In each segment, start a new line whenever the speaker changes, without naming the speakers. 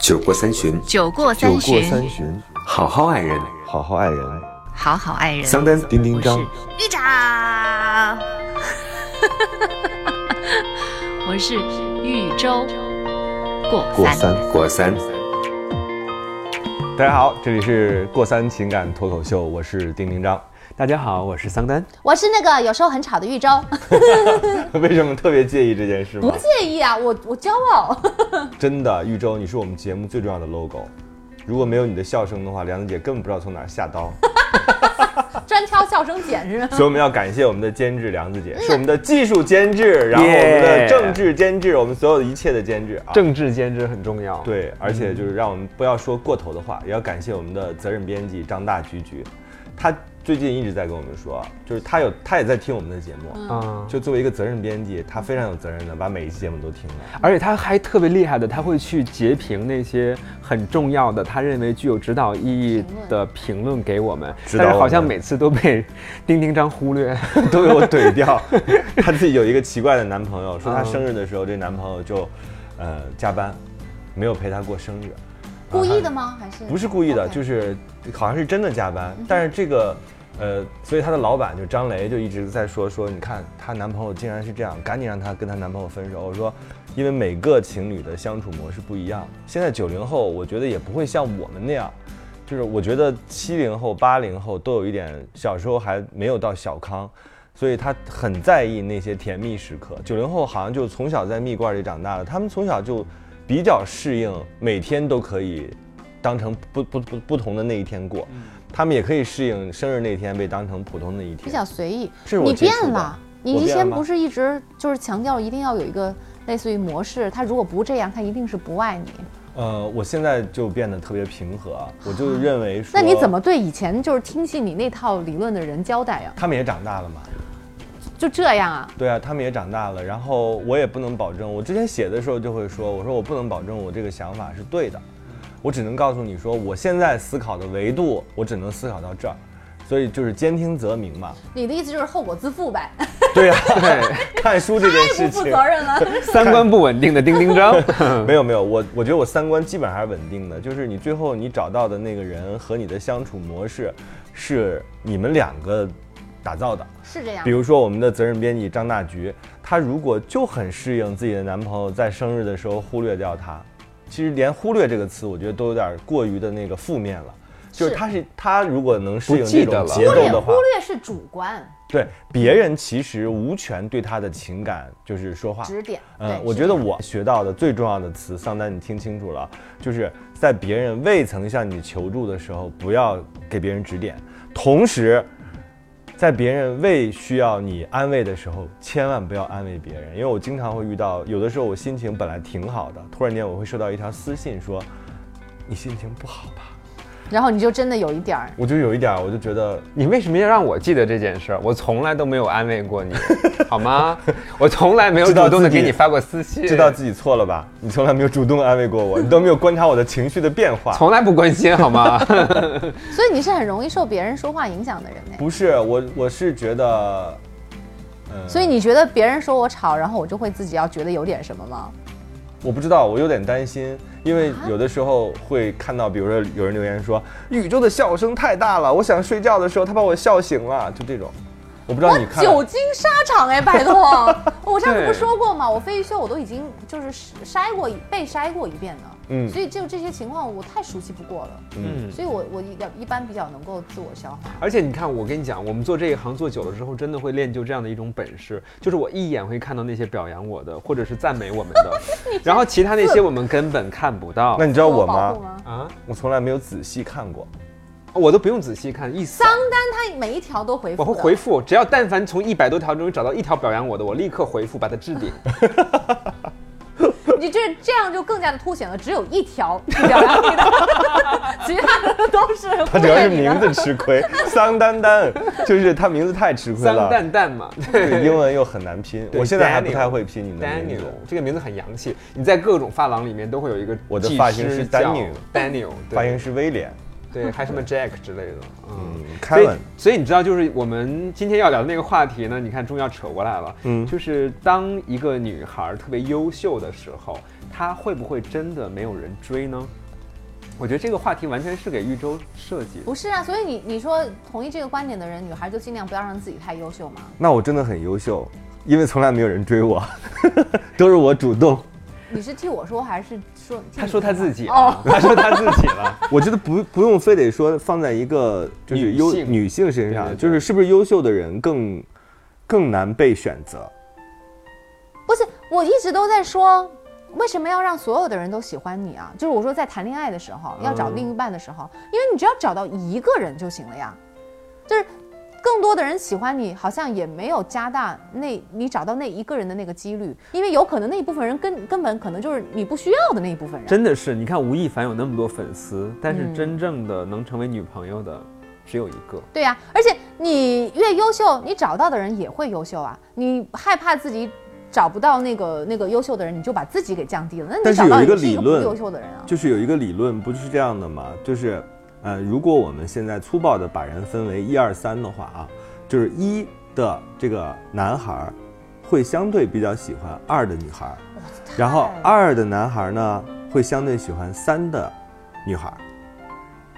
酒过三巡，
酒过
酒
三
过
巡，
三巡，
好好爱人。
好好爱人。
好好爱人。
桑丹，
丁丁张，
绿茶， 我是豫州过
过
三。
三。
过三，
大家好，这里是过三情感脱口秀，我是丁丁张。大家好，我是桑丹。
我是那个有时候很吵的玉州，
为什么特别介意这件事
不
吗？
介意啊，我我骄傲。
真的，玉州，你是我们节目最重要的 logo。如果没有你的笑声的话，梁子姐根本不知道从哪儿下刀。
专挑笑声茧是吗？
所以我们要感谢我们的监制梁子姐，是我们的技术监制，然后我们的政治监治，我们所有的一切的监制啊。
政治兼职很重要。，
对，而且就是让我们不要说过头的话，也要感谢我们的责任编辑张大菊菊，她最近一直在跟我们说，就是她有她也在听我们的节目，
嗯，
就作为一个责任编辑，她非常有责任的把每一期节目都听了。
而且他还特别厉害的，他会去截屏那些很重要的，他认为具有指导意义的评论给我们，
指导
但
我
是
们
好像每次都被 丁丁张忽略。
都被我怼掉。她自己有一个奇怪的男朋友，说她生日的时候，这男朋友就，呃，加班，没有陪她过生日。
故意的吗？还是
啊不是故意的，就是是好像是真的加班，但是这个，呃，所以她的老板就张雷就一直在说说，你看她男朋友竟然是这样，赶紧让她跟她男朋友分手。我说，因为每个情侣的相处模式不一样，现在九零后我觉得也不会像我们那样，就是我觉得七零后、八零后都有一点小时候还没有到小康。所以她很在意那些甜蜜时刻。九零后好像就从小在蜜罐里长大了，他们从小就比较适应每天都可以当成不不不不同的那一天过，
嗯
他们也可以适应生日那天被当成普通的一
比
天。
较随意。
是我
你
接
变
触的
了，你
我
之
变了
前
吗
不是一直就是强调一定要有一个类似于模式，他如果不这样，他一定是不爱你。
呃，我现在就变得特别平和，啊我就认为说，
啊那你怎么？对以前就是听信你那套理论的人交代呀、
他们也长大了嘛，
就这样啊？
对啊，他们也长大了，然后我也不能保证。我之前写的时候就会说，我说我不能保证我这个想法是对的，我只能告诉你说，我现在思考的维度，我只能思考到这儿，所以就是兼听则明 嘛。
你的意思就是后果自负呗？
对呀、看书这件
太
事
不负
情，
责任了。
三观不稳定的丁丁张，
没有没有，我我觉得我三观基本上还是稳定的，就是你最后你找到的那个人和你的相处模式，是你们两个打造的。
是这样
比。如说我们的责任编辑张大菊，她如果就很适应自己的男朋友在生日的时候忽略掉她，其实连“忽略”这个词，我觉得都有点过于的那个负面了。就是
是
她是她如果能适应
不记
这
得
种
了
节
忽
奏
略
的话
忽，略是主观
对别人其实无权对她的情感就是说话。
指点。对
嗯，，我
是
觉
这
得
样
我学到的最重要的词，桑丹，你听清楚了，就是在别人未曾向你求助的时候，不要给别人指点；同时，在别人未需要你安慰的时候，千万不要安慰别人，因为我经常会遇到，有的时候我心情本来挺好的，突然间我会收到一条私信说：“你心情不好吧
然后你就真的有一点儿？”。
我就有一点儿，我就觉得
你为什么要让我记得这件事儿？我从来都没有安慰 过你，好吗？我从来没有
知道
主动的
自己
给你发过私信，
知道自己错了吧？你从来没有主动安慰过我，你都没有观察我的情绪的变化。
从来不关心，好吗？
所以你是很容易受别人说话影响的人呢。
不是我，我是觉得，嗯，
所以你觉得别人说我吵，然后我就会自己要觉得有点什么吗？
我不知道，我有点担心，因为
啊
有的时候会看到，比如说有人留言说宇宙的笑声太大了，我想睡觉的时候他把我笑醒了，就这种，我不知道你看了
久经沙场哎，拜托！ 我上次
对
不说过吗？我飞鱼秀我都已经就是筛过一被筛过一遍了，
嗯
所以就这些情况我太熟悉不过了，
嗯。
所以我我一个一般比较能够自我消化。
而且你看，我跟你讲，我们做这一行做久了之后，真的会练就这样的一种本事，就是我一眼会看到那些表扬我的，或者是赞美我们 的，然后其他那些我们根本看不到
那。你知道我
保
吗
护？吗？
啊，
我从来没有仔细看过，
我都不用仔细看，一扫
当单他每一条都回复
我
的，
会回复，只要但凡从一百多条中找到一条表扬我的，我立刻回复，把它置顶。
你这这样就更加的凸显了，只有一条是表扬 你的，其他的都是忽
他主要
略
是
你的
名字吃亏，桑丹丹， 就是他名字太吃亏
桑
了，
蛋 蛋嘛，
对英文又很难拼，
对
我现在还不
Daniel
太会拼你们的名
Daniel
字。
这个名字很洋气，你在各种发廊里面都会有一个
我的
技
发型
师
是
叫
Daniel
Daniel，对
发型师威廉，
对，还什么 Jack 之类的，嗯
嗯。
所以
，Kevin，，
所以你知道，就是我们今天要聊的那个话题呢，你看终于要扯过来了。
嗯
就是当一个女孩特别优秀的时候，他会不会真的没有人追呢？我觉得这个话题完全是给豫州设计的。
不是啊，所以你你说同意这个观点的人，女孩就尽量不要让自己太优秀嘛。
那我真的很优秀，因为从来没有人追我， 都是我主动。
你是替我说还是说？
他说他自己 啊，他说他自己了。
我觉得不不用非得说放在一个就是
女
优
性
女性身
对
上，
对对
就是是不是优秀的人更更难被选择。
不是，我一直都在说，为什么要让所有的人都喜欢你啊？就是我说在谈恋爱的时
嗯
候，要找另一半的时候，因为你只要找到一个人就行了呀。就是更多的人喜欢你，好像也没有加大那你找到那一个人的那个几率，因为有可能那一部分人根根本可能就是你不需要的那一部分 人。
真的是，你看吴亦凡有那么多粉丝，但是真正的能成为女朋友的只有一个。
对呀、而且你越优秀，你找到的人也会优秀啊。你害怕自己找不到那个那个优秀的人，你就把自己给降低了。那
但是
你找
有
到
一个
也是一
理
个不
论
优秀的人啊。
就是有一个理论，不就是这样的吗？就是，呃，如果我们现在粗暴的把人分为一二三的话啊，就是一的这个男孩儿会相对比较喜欢二的女孩儿，然后二的男孩儿呢会相对喜欢三的女孩儿，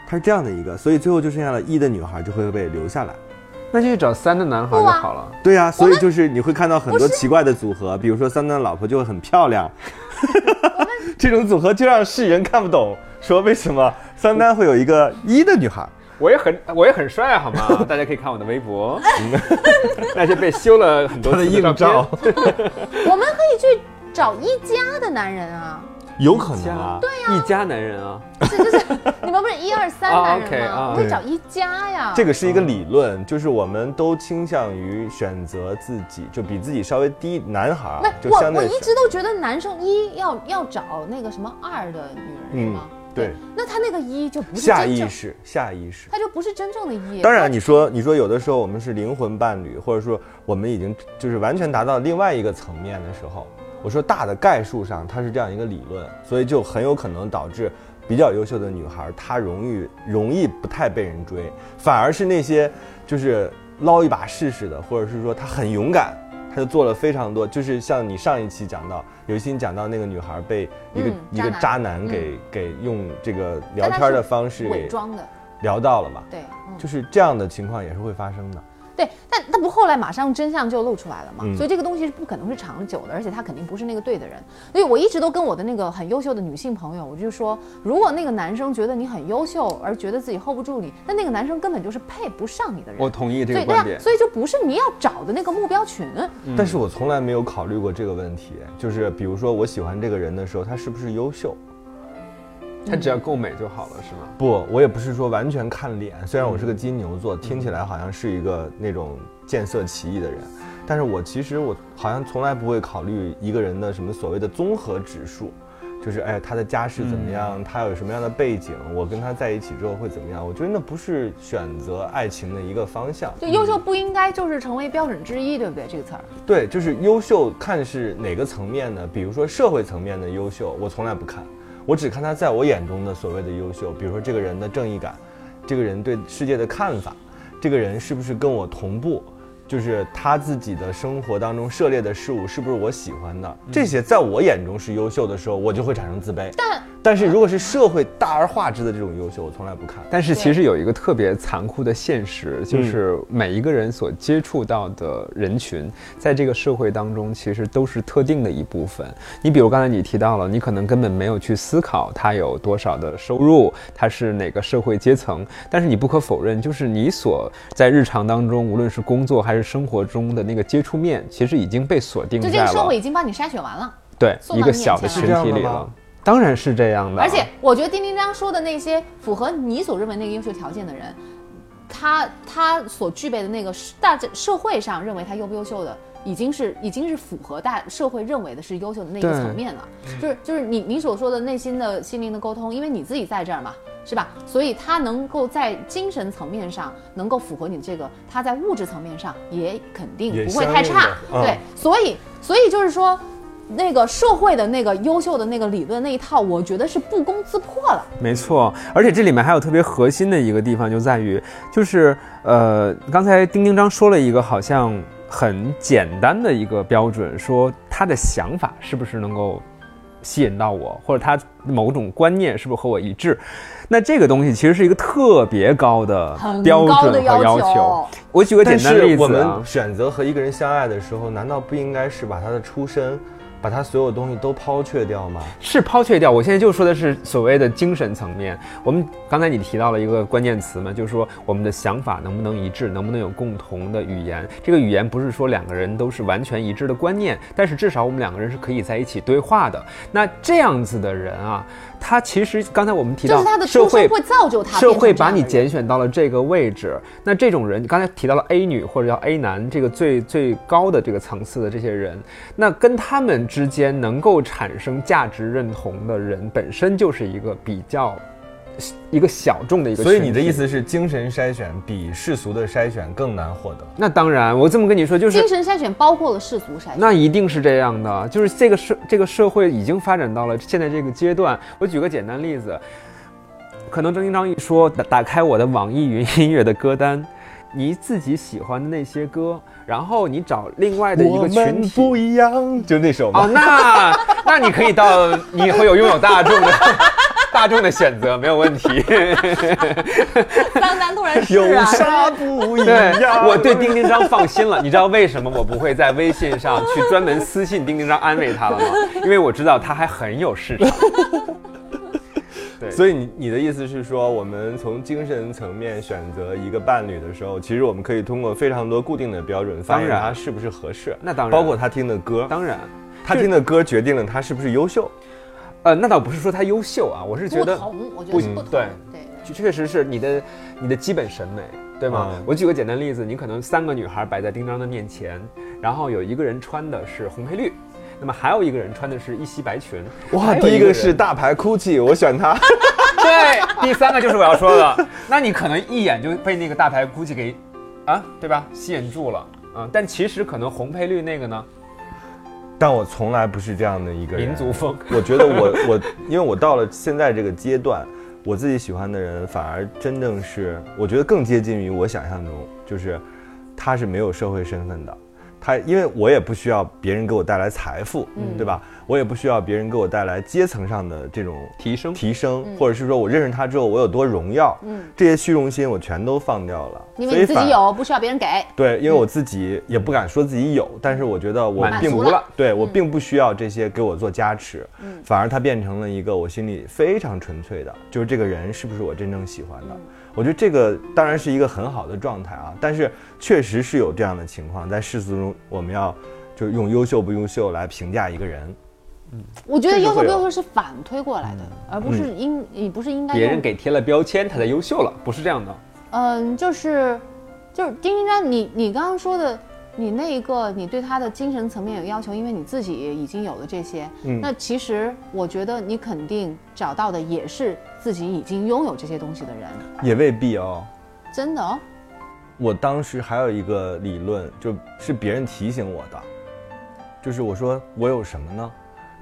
他是这样的一个，所以最后就剩下了一的女孩儿就会被留下来。
那就去找三的男孩就好了。
对呀、所以就是你会看到很多奇怪的组合，比如说三段老婆就会很漂亮， 这种组合就让世人看不懂，说为什么三单会有一个一的女孩？
我也很我也很帅，好吗？大家可以看我的微 博，那些被修了很多
她的
次
硬
的
照
照，
我们可以去找一家的男人啊，
有可
片，
能啊
家。一家男人啊，
是就是你们不是一二三
啊
男
OK，
人
啊
吗？我们可以找一家呀。
这个是一个理论，就是我们都倾向于选择自己就比自己稍微低男孩儿，就
不是
相
我我
对
一
选
直都觉得男生一要要找那个什么二的女人是吗？
嗯对，
那他那个一就不是
下
真
意
正，
识，下意识。
他就不是真正的一。
当然，你说你说有的时候我们是灵魂伴侣，或者说我们已经就是完全达到另外一个层面的时候，我说大的概述上它是这样一个理论，所以就很有可能导致比较优秀的女孩她容易容易不太被人追，反而是那些就是捞一把试试的，或者是说她很勇敢。她就做了非常多，就是像你上一期讲到，有一期你讲到那个女孩被一个、
嗯
一个
渣
渣男给、给用这个聊
但她
天的
是
方式
伪
给
装的，
聊到了嘛，
对，嗯。
就是这样的情况也是会发生的。
对，但但不后来马上真相就露出来了嘛，
嗯
所以这个东西是不可能是长久的，而且他肯定不是那个对的人。所以我一直都跟我的那个很优秀的女性朋友，我就说，如果那个男生觉得你很优秀而觉得自己 hold 不住你，那那个男生根本就是配不上你的人。
我同意这
所
个
以对
观
啊
点，。
所以就不是你要找的那个目标群。
但是我从来没有考虑过这个问题，就是比如说我喜欢这个人的时候，他是不是优秀？
他只要够美就好了，是吗？
不，我也不是说完全看脸。虽然我是个金牛座，听起来好像是一个那种见色起意的人，但是我其实我好像从来不会考虑一个人的什么所谓的综合指数，就是哎他的家世怎么样，他有什么样的背景，我跟他在一起之后会怎么样？我觉得那不是选择爱情的一个方向。
就
嗯
优秀不应该就是成为标准之一，对不对？这个词儿，
对，就是优秀，看是哪个层面的。比如说社会层面的优秀，我从来不看，我只看他在我眼中的所谓的优秀。比如说这个人的正义感，这个人对世界的看法，这个人是不是跟我同步，就是他自己的生活当中涉猎的事物是不是我喜欢的，这些在我眼中是优秀的时候，我就会产生自卑。
但
但是如果是社会大而化之的这种优秀，我从来不看。
但是其实有一个特别残酷的现实，就是每一个人所接触到的人群，在这个社会当中，其实都是特定的一部分。你比如刚才你提到了，你可能根本没有去思考他有多少的收入，他是哪个社会阶层，但是你不可否认，就是你所在日常当中，无论是工作还是生活中的那个接触面，其实已经被锁定
就这
在
个社会
了
已经帮你筛选完了。
对
送
一
到
个小的
面前
群体
是这样的
里
吗
了。当然是这样的，啊
而且我觉得丁丁章说的那些符合你所认为那个优秀条件的人，他他所具备的那个是大社会上认为他优不优秀的，已经是已经是符合大社会认为的是优秀的那个
对
层面了。就是就是你你所说的内心的心灵的沟通，因为你自己在这儿嘛。是吧？所以他能够在精神层面上能够符合你这个，他在物质层面上也肯定
也
不会
相
太
应的
差。
嗯
啊
对，所以所以就是说，那个社会的那个优秀的那个理论那一套，我觉得是不攻自破了。
没错，而且这里面还有特别核心的一个地方，就在于，就是呃，刚才丁丁章说了一个好像很简单的一个标准，说他的想法是不是能够吸引到我，或者他某种观念是不是和我一致？那这个东西其实是一个特别高的
很
标
高
准
的
和
要
要
求
求。我举个
但
简单的
是
例
我
子
们
啊，
选择和一个人相爱的时候，难道不应该是把他的出身，把他所有东西都抛却掉吗？
是抛却掉。我现在就说的是所谓的精神层面。我们刚才你提到了一个关键词嘛，就是说我们的想法能不能一致，能不能有共同的语言。这个语言不是说两个人都是完全一致的观念，但是至少我们两个人是可以在一起对话的。那这样子的人啊，他其实刚才我们提
就
到
是他的
社
出
会
身会造就他，
社会把你。拣选到了这个位置，那这种人，你刚才提到了 A 女或者叫 A 男这个最最高的这个层次的这些人，那跟他们之间能够产生价值认同的人，本身就是一个比较一个小众的一个。
所以你的意？思是，精神筛选比世俗的筛选更难获得。
那当然，我这么跟你说，就是
精神筛选包括了世俗筛选，
那一定是这样的，就是这个社这个社会已经发展到了现在这个阶段。我举个简单例子，可能郑经章一说打打开我的网易云音乐的歌单，你自己喜欢的那些歌，然后你找另外的一个群体。
一样，就那首吗？，
哦那那你可以到，你会有拥有大众的 大众的选择，没有 问题。
桑丹突然啊
有啥不一
啊 对
样？，
我对丁丁张放心了。你知道为什么我不会在微信上去专门私信丁丁张安慰他了吗？因为我知道他还很有市场。对，
所以你你的意思是说，我们从精神层面选择一个伴侣的时候，其实我们可以通过非常多固定的标准，发现
当然
他是不是合适。
那当然
包括他听的歌，
当然，
他听的歌决定了他是不是优秀。
呃，那倒不是说他优秀啊，我是觉
不
得
同，我觉
不
得是
同
不同。
对
对，
确确实是你的你的基本审美，对吗？
嗯
我举个简单例子，你可能三个女孩摆在丁张的面前，然后有一个人穿的是红配绿，那么还有一个人穿的是一袭 白裙，
哇，
还有
第一个
人
是大牌 GUCCI，我选他。
对，第三个就是我要说的，那你可能一眼就被那个大牌估计给，啊，对吧？吸引住了啊、但其实可能红配绿那个呢，
但我从来不是这样的一个人。
民族风。
我觉得我我，因为我到了现在这个阶段，我自己喜欢的人反而真正是，我觉得更接近于我想象中，就是他是没有社会身份的，他因为我也不需要别人给我带来财富，
嗯
对吧？我也不需要别人给我带来阶层上的这种
提升
提升，或者是说我认识他之后我有多荣耀，
嗯
这些虚荣心我全都放掉了，
因
所
为
以
你自
反
己有，不需要别人给。
对，因为我自己也不敢说自己有，但是我觉得我
满
并
足
不
了嗯
对我并不需要这些给我做加持，反而它变成了一个我心里非常纯粹的，就是这个人是不是我真正喜欢的。我觉得这个当然是一个很好的状态啊，但是确实是有这样的情况，在世俗中我们要就用优秀不优秀来评价一个人，
我觉得
这是
优秀
会
不
有
优秀是反推过来的，而不是应，你不是应该
嗯别人
用。
给贴了标签，他才优秀了，不是这样的。
嗯，就是，就是丁丁章，你你刚刚说的，你那一个，你对他的精神层面有要求，因为你自己已经有了这些。
嗯
那其实我觉得你肯定找到的也是自己已经拥有这些东西的人，
也未必哦。
真的哦。
我当时还有一个理论，就是别人提醒我的，就是我说我有什么呢？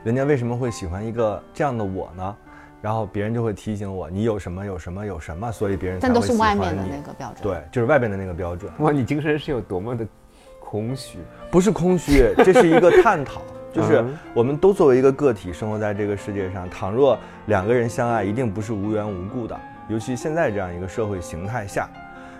人家为什么会喜欢一个这样的我呢？然后别人就会提醒我，你有什么有什么有什么，所以别人才
但都
会
是
喜
外
欢
面的
你
那个标准。，
对，就是外边的那个标准，
哇，你精神是有多么的空虚。
不是空 虚，这是一个探讨，就是
嗯
我们都作为一个个体生活在这个世界上。倘若两个人相爱，一定不是无缘无故的，尤其现在这样一个社会形态下。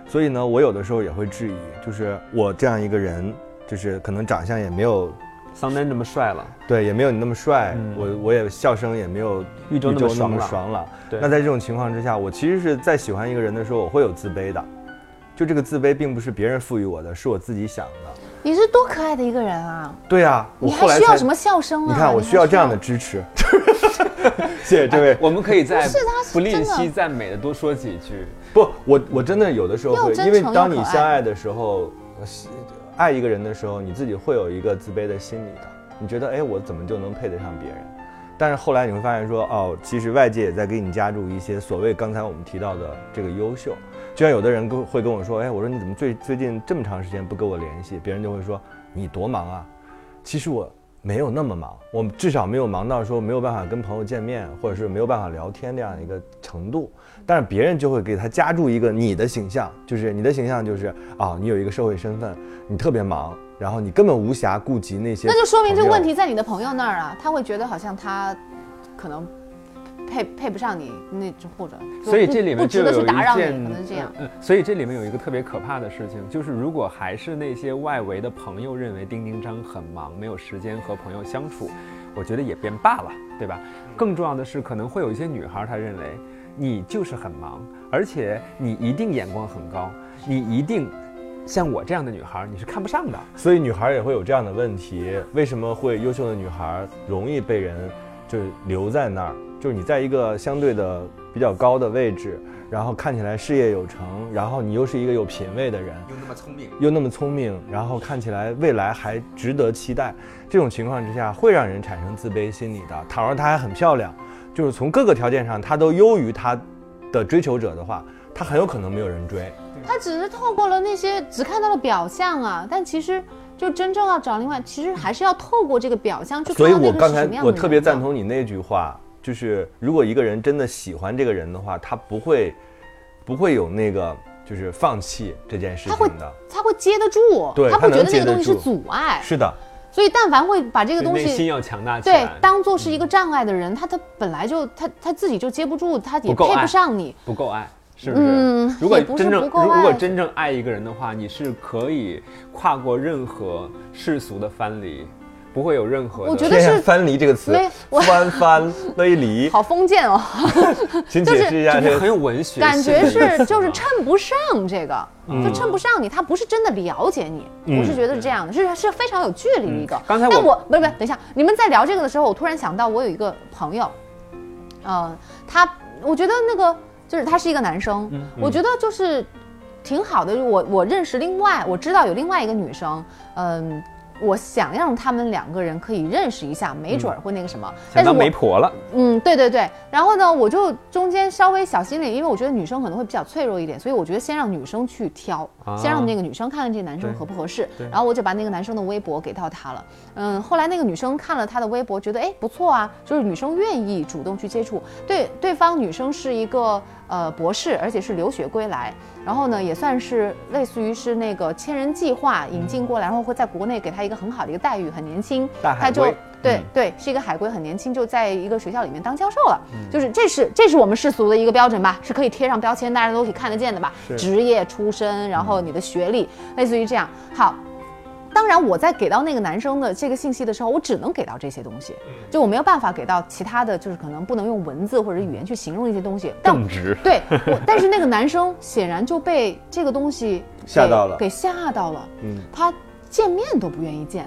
所以呢，我有的时候也会质疑，就是我这样一个人，就是可能长相也没有
桑丹这么帅了，哎
对，也没有你那么帅，
嗯
我我也笑声也没有
豫州那么爽朗
爽朗。
对
那在这种情况之下，我其实是在喜欢一个人的时候，我会有自卑的。就这个自卑并不是别人赋予我的，是我自己想的。
你是多可爱的一个人啊！
对啊，我
你
后
还
来
需要
才
什么笑声啊？
你看，我
还
需要这样的支持。 谢谢这位。
哎
我们可以在
不是他是
不吝
真的
惜赞美的多说几句。
不，我我真的有的时候会
又，真
因为
诚又
当你
可爱
相爱的时候，呃喜爱一个人的时候，你自己会有一个自卑的心理的。你觉得，哎，我怎么就能配得上别人？但是后来你会发现说，哦，其实外界也在给你加注一些所谓刚才我们提到的这个优秀。就像有的人跟会跟我说，哎，我说你怎么最最近这么长时间不跟我联系？别人就会说你多忙啊。其实我没有那么忙，我至少没有忙到说没有办法跟朋友见面，或者是没有办法聊天这样一个程度。但是别人就会给他加注一个你的形象，就是你的形象就是啊，你有一个社会身份，你特别忙，然后你根本无暇顾及那些。
那就说明这个问题在你的朋友那儿啊，他会觉得好像他可能配配不上你，那就或者
所以这里面
不值
就
得
有
去
一
打扰你，
件，
可能是这样。
嗯。嗯所以这里面有一个特别可怕的事情，就是如果还是那些外围的朋友认为丁丁张很忙，没有时间和朋友相处，我觉得也便罢了，对吧？更重要的是，可能会有一些女孩儿她认为你就是很忙，而且你一定眼光很高，你一定像我这样的女孩儿你是看不上的。
所以女孩也会有这样的问题：为什么会优秀的女孩容易被人就是留在那儿？就是你在一个相对的比较高的位置，然后看起来事业有成，然后你又是一个有品位的人，
又那么聪明，
又那么聪明，然后看起来未来还值得期待，这种情况之下会让人产生自卑心理的。倘若她还很漂亮，就是从各个条件上她都优于她的追求者的话，她很有可能没有人追。
他只是透过了那些只看到了表象啊，但其实就真正要找另外，其实还是要透过这个表象去看
所以
到
我
那个
刚
是什
才
么样的人啊。
我特别赞同你那句话，就是如果一个人真的喜欢这个人的话，他不会不会有那个就是放弃这件事
他会
情的。
他会接得住，
对
他
他
不
能
觉得那
接
个
得
东西是
住
阻碍，
是的，
所以但凡会把这个东
内心
西
要强大起来
对。当做是一个障碍的人，他他本来就他他自己就接不住，他也
不够
配
爱
不上你。
不够爱，是不是？
嗯
如果
也不是
真正
不够
如如果
爱
真正爱一个人的话，你是可以跨过任何世俗的藩篱，不会有任何的。
我觉得
天
是
呀翻离这个词
没，我
翻翻勒离，
好封建哦，
请
就是
解释一下
这
这
是
个
很。有文学性的
感觉
意思嗯
是就是
啊
称不上这个，就称不上你，他不是真的了解你，我是觉得是这样的，是是非常有距离一个
嗯。刚才
但
我
我不是不是，等一下，你们在聊这个的时候，我突然想到，我有一个朋友，呃，他我觉得那个就是他是一个男生，
嗯
我觉得就是挺好的。我我认识另外我知道有另外一个女生，嗯、我想让他们两个人可以认识一下，没准儿会那个什么。
嗯想
但是
当
我
媒婆了，
嗯，对对对。然后呢，我就中间稍微小心点，因为我觉得女生可能会比较脆弱一点，所以我觉得先让女生去挑，
啊
先让那个女生看看这个男生
对
合不合适。然后我就把那个男生的微博给到她了。嗯，后来那个女生看了他的微博，觉得哎不错啊，就是女生愿意主动去接触。对，对方女生是一个呃博士，而且是留学归来，然后呢也算是类似于是那个千人计划引进过来，然后会在国内给她一个很好的一个待遇，很年轻。
大
他
海
就
龟。嗯
对、对，是一个海归，很年轻，就在一个学校里面当教授了，
嗯
就是这是这是我们世俗的一个标准吧，是可以贴上标签，大家都可以看得见的吧，职业、出身，然后你的学历，类似于这样。好，当然我在给到那个男生的这个信息的时候，我只能给到这些东西，
嗯
就我没有办法给到其他的，就是可能不能用文字或者语言去形容一些东西，但
正直。
对我，但是那个男生显然就被这个东西给
吓到了
给吓到了。
嗯
他见面都不愿意见，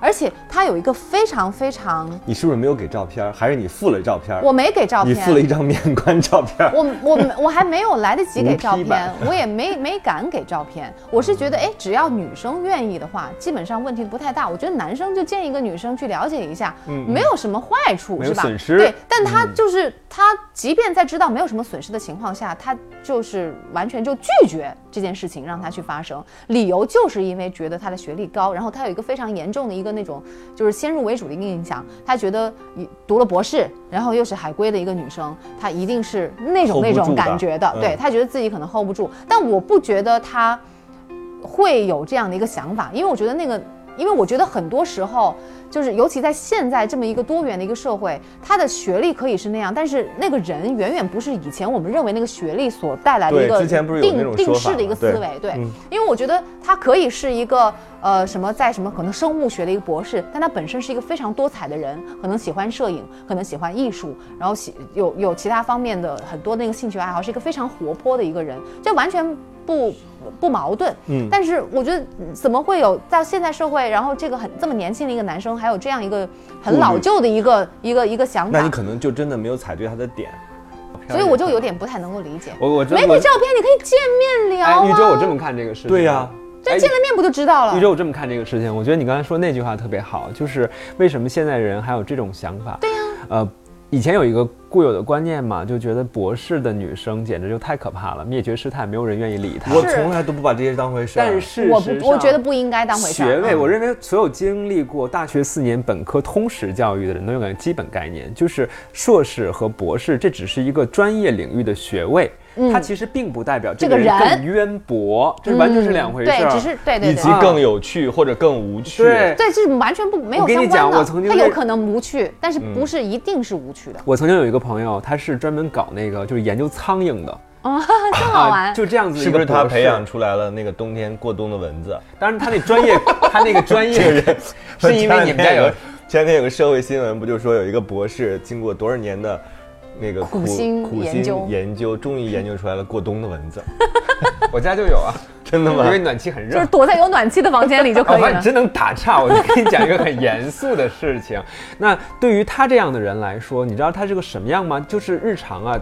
而且他有一个非常非常，
你是不是没有给照片？还是你附了照片？
我没给照
你
片，
附了一张面观照片。
我我我还没有来得及给照
无批
片
版，
我也没没敢给照片。我是觉得，哎，只要女生愿意的话，基本上问题不太大。我觉得男生就见一个女生去了解一下，没有什么坏处，
嗯没有
是吧？
损失嗯
对，但他就是、他，即便在知道没有什么损失的情况下，他就是完全就拒绝这件事情让他去发生，理由就是因为觉得他的学历高，然后他有一个非常严重的一个那种就是先入为主的一个影响，他觉得你读了博士，然后又是海归的一个女生，她一定是那种
hold 不
那
住
种
的
感觉的，
嗯
对他觉得自己可能 hold 不住，但我不觉得他会有这样的一个想法，因为我觉得那个，因为我觉得很多时候就是，尤其在现在这么一个多元的一个社会，他的学历可以是那样，但是那个人远远不是以前我们认为那个学历所带来的
对
一个
之前不是有那种
定
说
定
法
式的一个
吗
思
对
维，对，
嗯
因为我觉得他可以是一个呃什么在什么可能生物学的一个博士，但他本身是一个非常多彩的人，可能喜欢摄影，可能喜欢艺术，然后喜有有其他方面的很多那个兴趣爱好，是一个非常活泼的一个人，这完全不不矛盾。嗯，但是我觉得嗯怎么会有到现在社会，然后这个很这么年轻的一个男生，还有这样一个很老旧的一个一个一个想
那你
法，
可能就真的没有踩对他的点。
所以我就有点不太能够理解。
我我
没
我
给照片，你可以见面聊
哎，
啊。
玉州，我这么看这个事情。
对呀
这
哎
见了面不就知道了
宇？宙，我这么看这个事情，我觉得你刚才说那句话特别好，就是为什么现在人还有这种想法？对呀、呃，以前有一个固有的观念嘛，就觉得博士的女生简直就太可怕了，灭绝师太，没有人愿意理她。
我从来都不把这些当回事儿。
但是
我不，我觉得不应该当回事儿。
学位，
嗯
我认为所有经历过大学四年本科通识教育的人都有个基本概念，就是硕士和博士这只是一个专业领域的学位。
嗯
它其实并不代表这
这个
个人
人嗯
更渊博，这完全是两回事
对，
儿。啊
只是对对
以及
对。
更有趣或者更无趣。
对
对，这完全不没有
我跟
相
你
关
讲
的，
我曾经
它
为嗯
有可能无趣，但是不是一定是无趣的。
我曾经有一个朋友，他是专门搞那个就是研究苍蝇的，
啊，这么好玩
啊，， 就这样子一
是
个
不是他
博士
培养？出来了那个冬天过冬的蚊子？
当然他那专业，他那个 专业 是因为你们家有
前两天个前两天有个社会新闻，不就说有一个博士经过多少年的那个
苦心
苦
研
心
究
研究，终于研究出来了过冬的蚊子，
我家就有 啊，
真的
因
吗？
为暖气很热。
就是躲在有暖气的房间里就可
我
以
发现
了
哦你。真能打岔，我就跟你讲一个很严肃的事情。 那对于他这样的人来说，你知道他是个什么样吗？就是日常啊，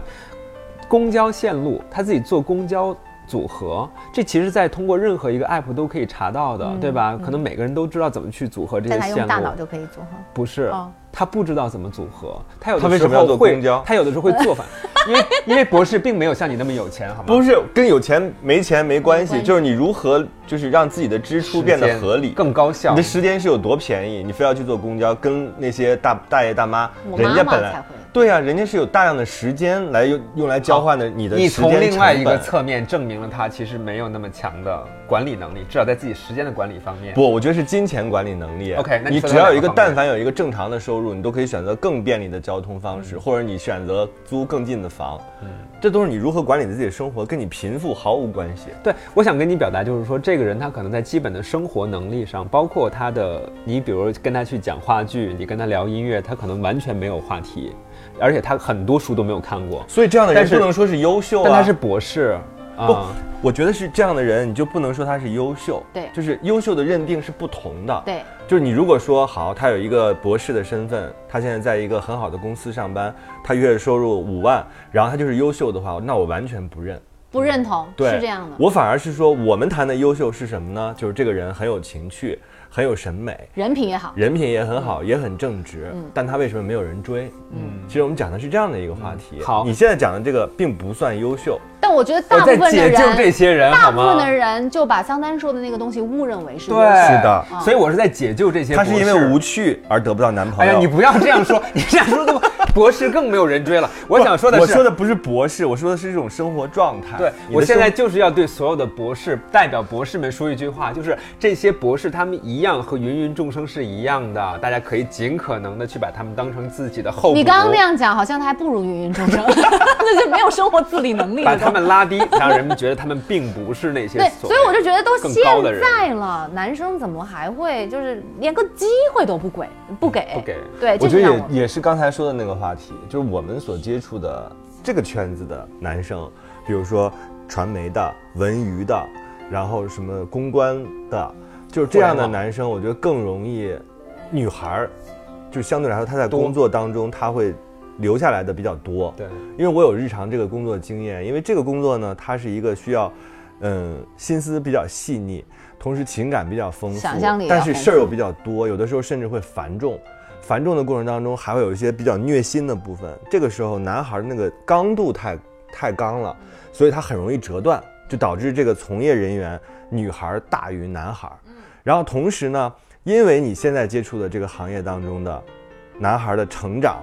公交线路，他自己坐公交。组合，这其实，在通过任何一个 app 都可以查到的，对吧？可能每个人都知道怎么去组合这些
但嗯他
线路。
用大脑就可以做哈。
不是，
哦
他不知道怎么组合，他有的
他为
时
什么要
候
坐
会，
公交
他有的时候会做反，因为因为博士并没有像你那么有钱，好吗？
不是跟有钱没钱没关系，
关系
就是你如何就是让自己的支出
时
变得
间
合理。
更高效
你的。时间是有多便宜？你非要去坐公交，跟那些大大爷大妈，
我
人
妈
家
妈
本
才
来
会
对呀、人家是有大量的时间来用用来交换的你的
你
时间成
从
本。
另外一个侧面证明了他其实没有那么强的管理能力，至少在自己时间的管理方面。
不，我觉得是金钱管理能力。
OK，那你
你
说
只
到哪
要
个
有一个，
方面
但凡有一个正常的收入，你都可以选择更便利的交通方
嗯
式，或者你选择租更近的房。嗯，这都是你如何管理自己的生活，跟你贫富毫无关系。
对，我想跟你表达就是说，这个人他可能在基本的生活能力上，包括他的，你比如跟他去讲话剧，你跟他聊音乐，他可能完全没有话题，而且他很多书都没有看过，
所以这样的人
但是
不能说是优秀啊。
但他是博士啊。
不，我觉得是这样的人，你就不能说他是优秀。
对
就是优秀的认定是不同的。
对，
就是你如果说好，他有一个博士的身份，他现在在一个很好的公司上班，他月收入五万，然后他就是优秀的话，那我完全不认。
不认同，
对，
是这样的。
我反而是说，我们谈的优秀是什么呢？就是这个人很有情趣，很有审美，
人品也好，
人品也很好，
嗯
也很正直。但他为什么没有人追？嗯，其实我们讲的是这样的一个话题。
嗯好
你现在讲的这个并不算优秀。
但我觉得
我
大
在
部分的
解
人，
救这些人，
大
好
部
吗？
分的人就把桑丹说的那个东西误认为是
对，
优秀
是的
所以我是在解救这些。
他是因为无。趣而得不到男朋
哎
友。
呀，你不要这样说，你这样说的话，博士更没有人追了。我想说的
我
是，
说的不是博士，我说的是一种生活状态。
对
啊你的
我现在
生
就是要对所有的博士，代表博士们说一句话，就是这些博士他们一样和芸芸众生是一样的，大家可以尽可能的去把他们当成自己的后母，
你刚刚那样讲，好像他还不如芸芸众生， 那就没有生活自理能力
把
了。
他们拉低，让人们觉得他们并不是那些
对，
所
所以我就觉得都
更高的
现
人
在了，男生怎么还会就是连个机会都不给，不给，
不给
对，
我
这
觉
就让
得
我
也也是刚才说的那个话题，就是我们所接触的这个圈子的男生，比如说传媒的、文娱的，然后什么公关的，就是这样的
互联网
男生，我觉得更容易，女孩儿，就相对来说她在
多
工作当中她会留下来的比较多。
对
因为我有日常这个工作经验，因为这个工作呢，它是一个需要，嗯，心思比较细腻，同时情感比较丰富，
想象力也要
但是
丰
事儿又
富
比较多，有的时候甚至会繁重。繁重的过程当中，还会有一些比较虐心的部分。这个时候，男孩儿那个刚度太太刚了，所以他很容易折断，就导致这个从业人员女孩儿大于男孩儿。
嗯
然后同时呢，因为你现在接触的这个行业当中的男孩的成长，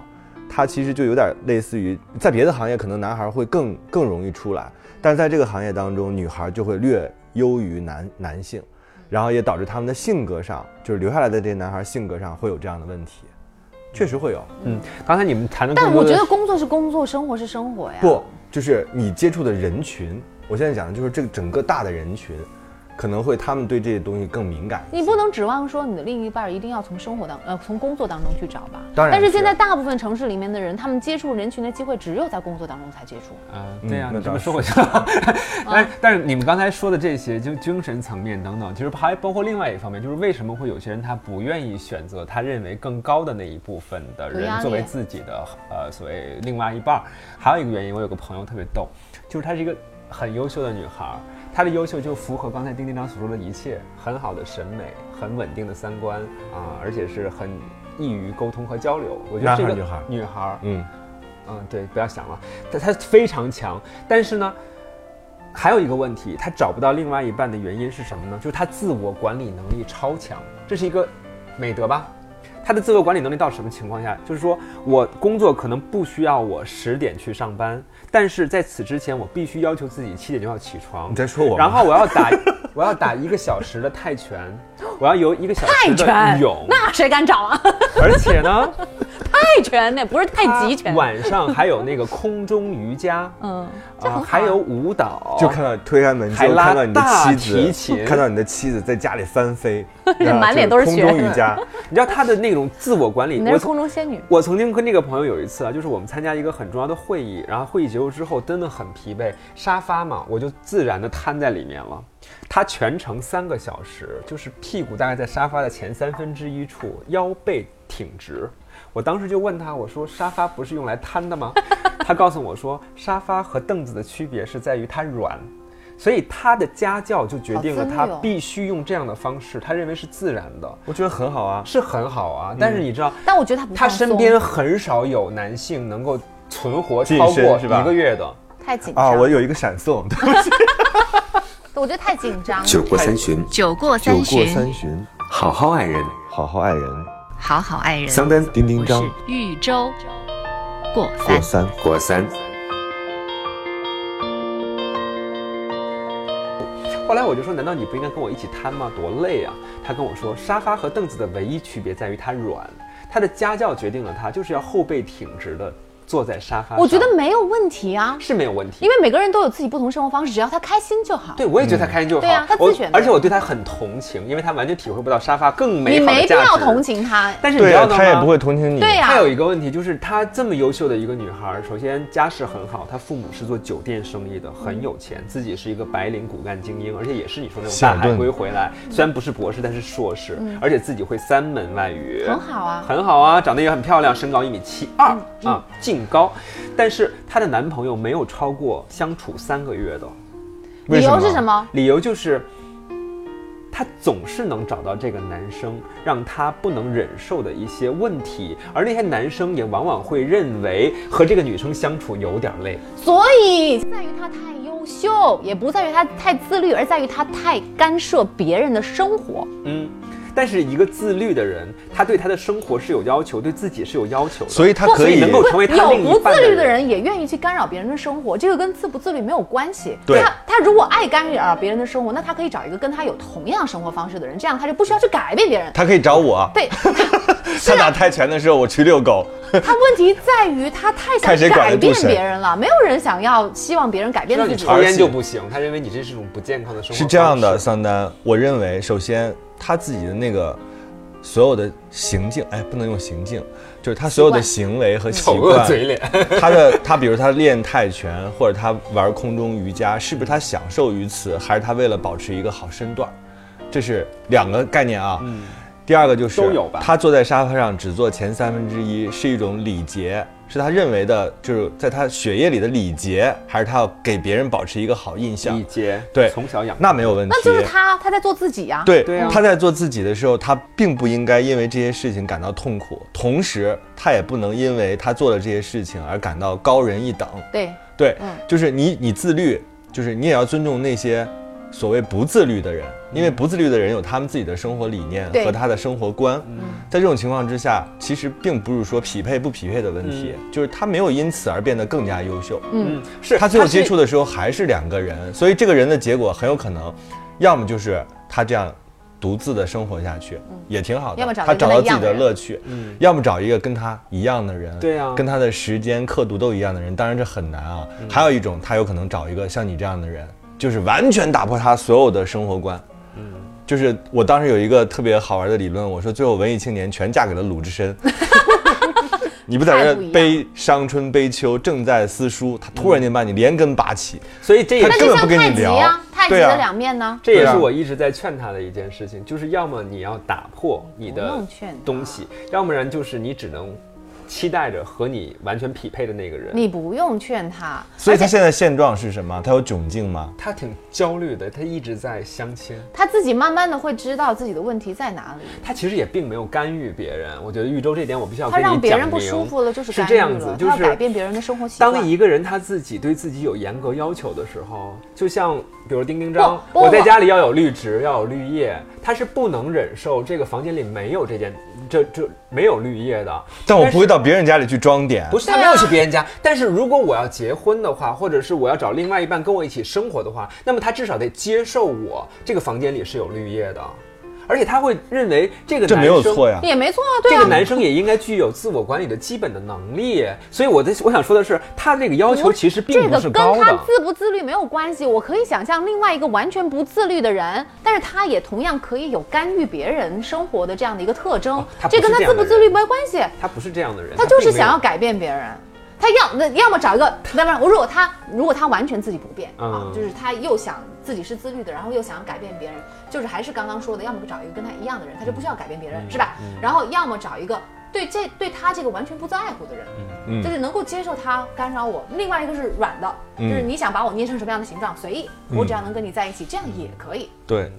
他其实就有点类似于在别的行业，可能男孩会更更容易出来，但是在这个行业当中，女孩就会略优于男男性，
嗯
然后也导致他们的性格上，就是留下来的这些男孩性格上会有这样的问题，确实会有。
嗯，刚才你们谈的
但
更
我
多
觉
的
得工作是工作，生活是生活呀。
不，就是你接触的人群，我现在讲的就是这个整个大的人群，可能会他们对这些东西更敏感。
你不能指望说你的另一半一定要从生活当呃从工作当中去找吧。
当然
但是现
是
在大部分城市里面的人，他们接触人群的机会只有在工作当中才接触。
啊，对呀、
嗯
你这么说
那
我就，但是但是你们刚才说的这些，就精神层面等等，其实还包括另外一方面，就是为什么会有些人他不愿意选择他认为更高的那一部分的
有压
人
力
作为自己的呃所谓另外一半儿。还有一个原因，我有个朋友特别逗，就是她是一个很优秀的女孩儿，她的优秀就符合刚才丁丁长所说的一切，很好的审美，很稳定的三观啊、而且是很易于沟通和交流。我觉得
男
这
孩儿
个
女孩儿
女孩儿
嗯，
嗯，对，不要想了，他他非常强，但是呢，还有一个问题，他找不到另外一半的原因是什么呢？就是他自我管理能力超强，这是一个美德吧？他他的自我管理能力到什么情况下？就是说我工作可能不需要我十点去上班，但是在此之前，我必须要求自己七点就要起床
你。在说我吗？
然后我要打， 我要打一个小时的泰拳，我要游一个小时的泳，
那谁敢找 啊？
而且呢，
泰拳那不是 太极拳，
晚上还有那个空中瑜伽，
嗯，
啊，还有舞蹈，
就看到推开门之
还
后，
拉
看到你的妻
大
子，
提琴
看到你的妻子在家里翻 飞，
这满脸都是
空
血
中瑜伽，
你知道他的那种自我管理，
你那
我
是
曾
空中仙女，
我曾经跟这个朋友有一次啊，就是我们参加一个很重要的会议，然后会议结束之后真的很疲惫，沙发嘛，我就自然的瘫在里面了。他全程三个小时，就是屁股大概在沙发的前三分之一处，腰背挺直。我当时就问他，我说沙发不是用来瘫的吗？ 他告诉我说，沙发和凳子的区别是在于它软。所以他的家教就决定了
好
他
自律哦
必须用这样的方式，他认为是自然的，
我觉得很好啊。
是很好啊。但是你知道，
但我觉得他不
他
放松
身边很少有男性能够存活
晋
超
升
过
是吧
一个月的。
太紧张
啊，我有一个闪送，
我觉得太紧张了。
酒过三巡，
酒过
酒
三
过
巡，
三巡，
好好爱人，
好好爱人，
好好爱人。
桑丹
丁丁
我是
张
豫州过三
过。三。
果三。
后来我就说，难道你不应该跟我一起摊吗？多累啊！他跟我说，沙发和凳子的唯一区别在于它软，他的家教决定了他就是要后背挺直的坐在沙发上。
我觉得没有问题啊，
是没有问题
因。为每个人都有自己不同生活方式，只要他开心就好。
对，我也觉得他开心就好。
对啊他自
我
选的
而且我对他很同情，因为他完全体会不到沙发更
你
美好的
没
价
必
值。
要同。情他。
但是你知
对
道
啊，
吗？
他也不会同情你。
对呀、
她有一个问题，就是她这么优秀的一个女孩，首先家世很好，她父母是做酒店生意的，很有钱，自己是一个白领骨干精英，而且也是你说那种大
小
海
顿
归回来，
嗯
虽然不是博士，但是硕士，而且自己会三门外语，
很好嗯啊
很好啊，长得也很漂亮，身高一米七二啊，净高，但是她的男朋友没有超过相处三个月的，
为
理由
么
是什？么？
理由就是，她总是能找到这个男生让她不能忍受的一些问题，而那些男生也往往会认为和这个女生相处有点累。
所以在于他太优秀，也不在于他太自律，而在于他太干涉别人的生活。
嗯，但是一个自律的人，他对他的生活是有要求，对自己是有要求的，
所以他可以
能够成为他
有
另
不
一半
自律的
人。
人也愿意去干扰别人的生活，这个跟自不自律没有关系。
对
他他如果爱干扰别人的生活，那他可以找一个跟他有同样生活方式的人，这样他就不需要去改变别人。
他可以找我。啊
对，
他打泰拳的时候，我去遛狗。
他问题在于他太
看谁
想
管得
改
住
变
谁啊
别人了，没有人想要希望别人改变
让
自
你
己。
抽烟就不行，他认为你这是一种不健康的生活。
是这样的，，桑丹，我认为首先他自己的那个所有的行径，哎，不能用行径，就是他所有的行为和习
丑恶
惯。
嘴脸。
他的他比如他练泰拳或者他玩空中瑜伽，是不是他享受于此，还是他为了保持一个好身段儿？这是两个概念啊。第二个就是
都有吧
他坐在沙发上只坐前三分之一，是一种礼节，是他认为的，就是在他血液里的礼节，还是他要给别人保持一个好印象
李？杰，
对
从小养
那没有问题。
那就是他他在做自己呀、
对，
对啊
他在做自己的时候，他并不应该因为这些事情感到痛苦，同时他也不能因为他做了这些事情而感到高人一等。
对，
对，
嗯
就是你你自律，就是你也要尊重那些所谓不自律的人，因为不自律的人有他们自己的生活理念
嗯对嗯
和他的生活观。在这种情况之下，其实并不是说匹配不匹配的问题，
嗯
就是他没有因此而变得更加优秀。
嗯，是
他最后
是
接触的时候还是两个人，所以这个人的结果很有可能，要么就是他这样独自的生活下去，也挺好的，
嗯要么找
他
一个
找
跟他
到自
一
己
样的
的
人
乐趣，
嗯
要么找一个跟他一样的人，
对啊
跟他的时间刻度都一样的人，当然这很难啊。还有一种，他有可能找一个像你这样的人，就是完全打破他所有的生活观。就是我当时有一个特别好玩的理论，我说最后文艺青年全嫁给了鲁智深。你不在这
太不一样
悲伤春悲秋，正在思书，他突然间把你连根拔起，
所以这也
他
那
根本
就
不
像
跟你
太极
聊
啊，太极
对啊
的两面呢。
这也
对啊
是我一直在劝他的一件事情，就是要么你要打破你
不
的
用劝他
东西，要不然就是你只能期待着和你完全匹配的那个人。
你不用劝他，
所以他
而且
现在现状是什么？他有窘境吗？
他挺焦虑的，他一直在相亲，
呃他自己慢慢的会知道自己的问题在哪里。
他其实也并没有干预别人。我觉得豫州这点我必须要
他
跟你
让
讲
别人不
明
舒服了就是
是
干
这
预
样子
了，，
就
他
是
要改变别人的生活习惯。
当一个人他自己对自己有严格要求的时候，就像比如丁丁章，
不不
我在家里要有绿植，要有绿叶，他是不能忍受这个房间里没有这件这这没有绿叶的。
但我不会到别人家里去装点。
不是，他没有去别人家。但是如果我要结婚的话，或者是我要找另外一半跟我一起生活的话，那么他至少得接受我这个房间里是有绿叶的，而且他会认为这个
这没
男
有
生
错呀。
也没错啊，对
这
啊，
个男生也应该具有自我管理的基本的能力，所以我的我想说的是，他这个要求其实并
这
不
个
是
跟
高
他
的。
自不自律没有关系。我可以想象另外一个完全不自律的人，但是他也同样可以有干预别人生活的这样的一个特征，
哦他不
这
是
跟他
这样
自
的
不自
人
律没关系。
他不是这样的人，
他就是
并没有
想要改变别人，他要那要么找一个，那不然我如果他如果他完全自己不变、啊
嗯，
就是他又想自己是自律的，然后又想要改变别人，就是还是刚刚说的，要么找一个跟他一样的人，他就不需要改变别人，
嗯
是吧？然后要么找一个对这对他这个完全不在乎的人，
嗯
就是能够接受他干扰我。另外一个是软的，
嗯
就是你想把我捏成什么样的形状随意，我只要能跟你在一起，这样也可以。
对，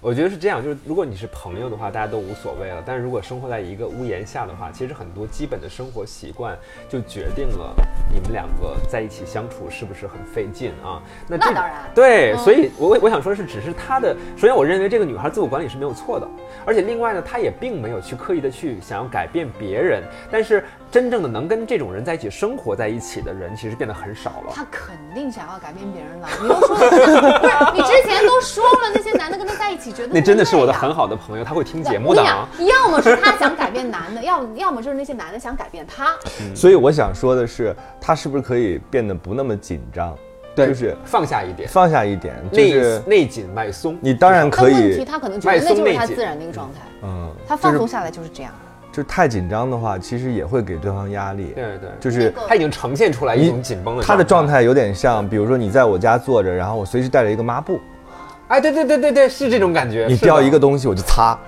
我觉得是这样，就是如果你是朋友的话，大家都无所谓了。但是如果生活在一个屋檐下的话，其实很多基本的生活习惯就决定了你们两个在一起相处是不是很费劲啊？那这
那当然
对，
嗯
所以我我想说的是，只是她的，首先我认为这个女孩自我管理是没有错的，而且另外呢，她也并没有去刻意的去想要改变别人，但是真正的能跟这种人在一起生活在一起的人，其实变得很少了。
他肯定想要改变别人了。你又说的是，不是 你之前都说了，那些男的跟他在一起觉得
那真的是我的
累
很好的朋友，他会听节
我
目的
跟
啊。
你讲，要么是他想改变男的，要要么就是那些男的想改变他。
所以我想说的是，他是不是可以变得不那么紧张？
对
就是
放下一点，
放下一点，就
内
是
内紧外松。
你当然
但
可
问题
以，
他可能觉得
外
那
松
就是他
内紧
自然的一个状态，
嗯，
他放松下来就是这样。
就太紧张的话，其实也会给对方压力。
对对，
就是
那个
他已经呈现出来一种紧绷的
他的状
态。
态有点像，比如说你在我家坐着，然后我随时带着一个抹布，
哎，对对对对对，是这种感觉。
你
是的
掉一个，东西我就擦，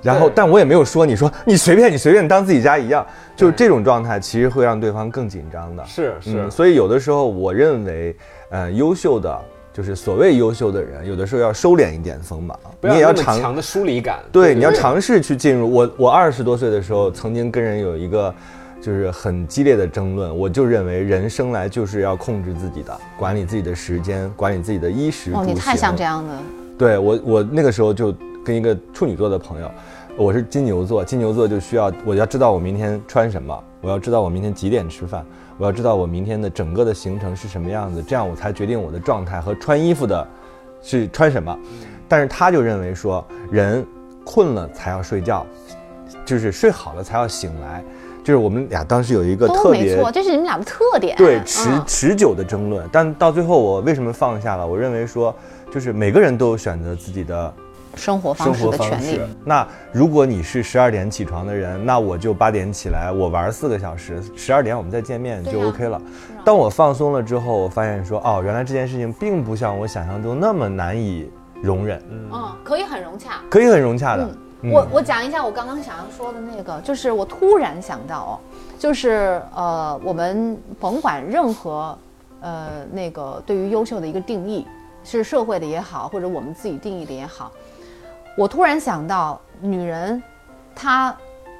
然后
对
但我也没有说你说你随便你随便当自己家一样，就是
对
这种状态其实会让对方更紧张的。
是是
嗯，，所以有的时候我认为，呃，优秀的就是所谓优秀的人，有的时候要收敛一点锋芒，
不
你
要
也
有
要
那么
尝
强的疏离感。
对，你要尝试去进入。我我二十多岁的时候，曾经跟人有一个就是很激烈的争论，我就认为人生来就是要控制自己的，管理自己的时间，管理自己的衣食住行。
哦，你太像这。样的，
对我，我那个时候就跟一个处女座的朋友，我是金牛座，金牛座就需要我要知道我明天穿什么，我要知道我明天几点吃饭，我要知道我明天的整个的行程是什么样子，这样我才决定我的状态和穿衣服的是穿什么。但是他就认为说，人困了才要睡觉，就是睡好了才要醒来。就是我们俩当时有一个
都
特
没
别
错，这是你们俩的特点。
对持
嗯
持久的争论。但到最后，我为什么放下了？我认为说，就是每个人都有选择自己的
生活
生
方式
活
的
方
权利
式。。嗯那如果你是十二点起床的人，那我就八点起来，我玩四个小时，十二点我们再见面
对
就
呀
OK 了。
是啊
当我放松了之后，我发现说，哦，原来这件事情并不像我想象中那么难以容忍，
嗯，可以很融洽。
可以很融洽的。嗯
我我讲一下我刚刚想要说的那个，就是我突然想到哦，就是呃，我们甭管任何呃那个对于优秀的一个定义，是社会的也好，或者我们自己定义的也好，我突然想到，女人她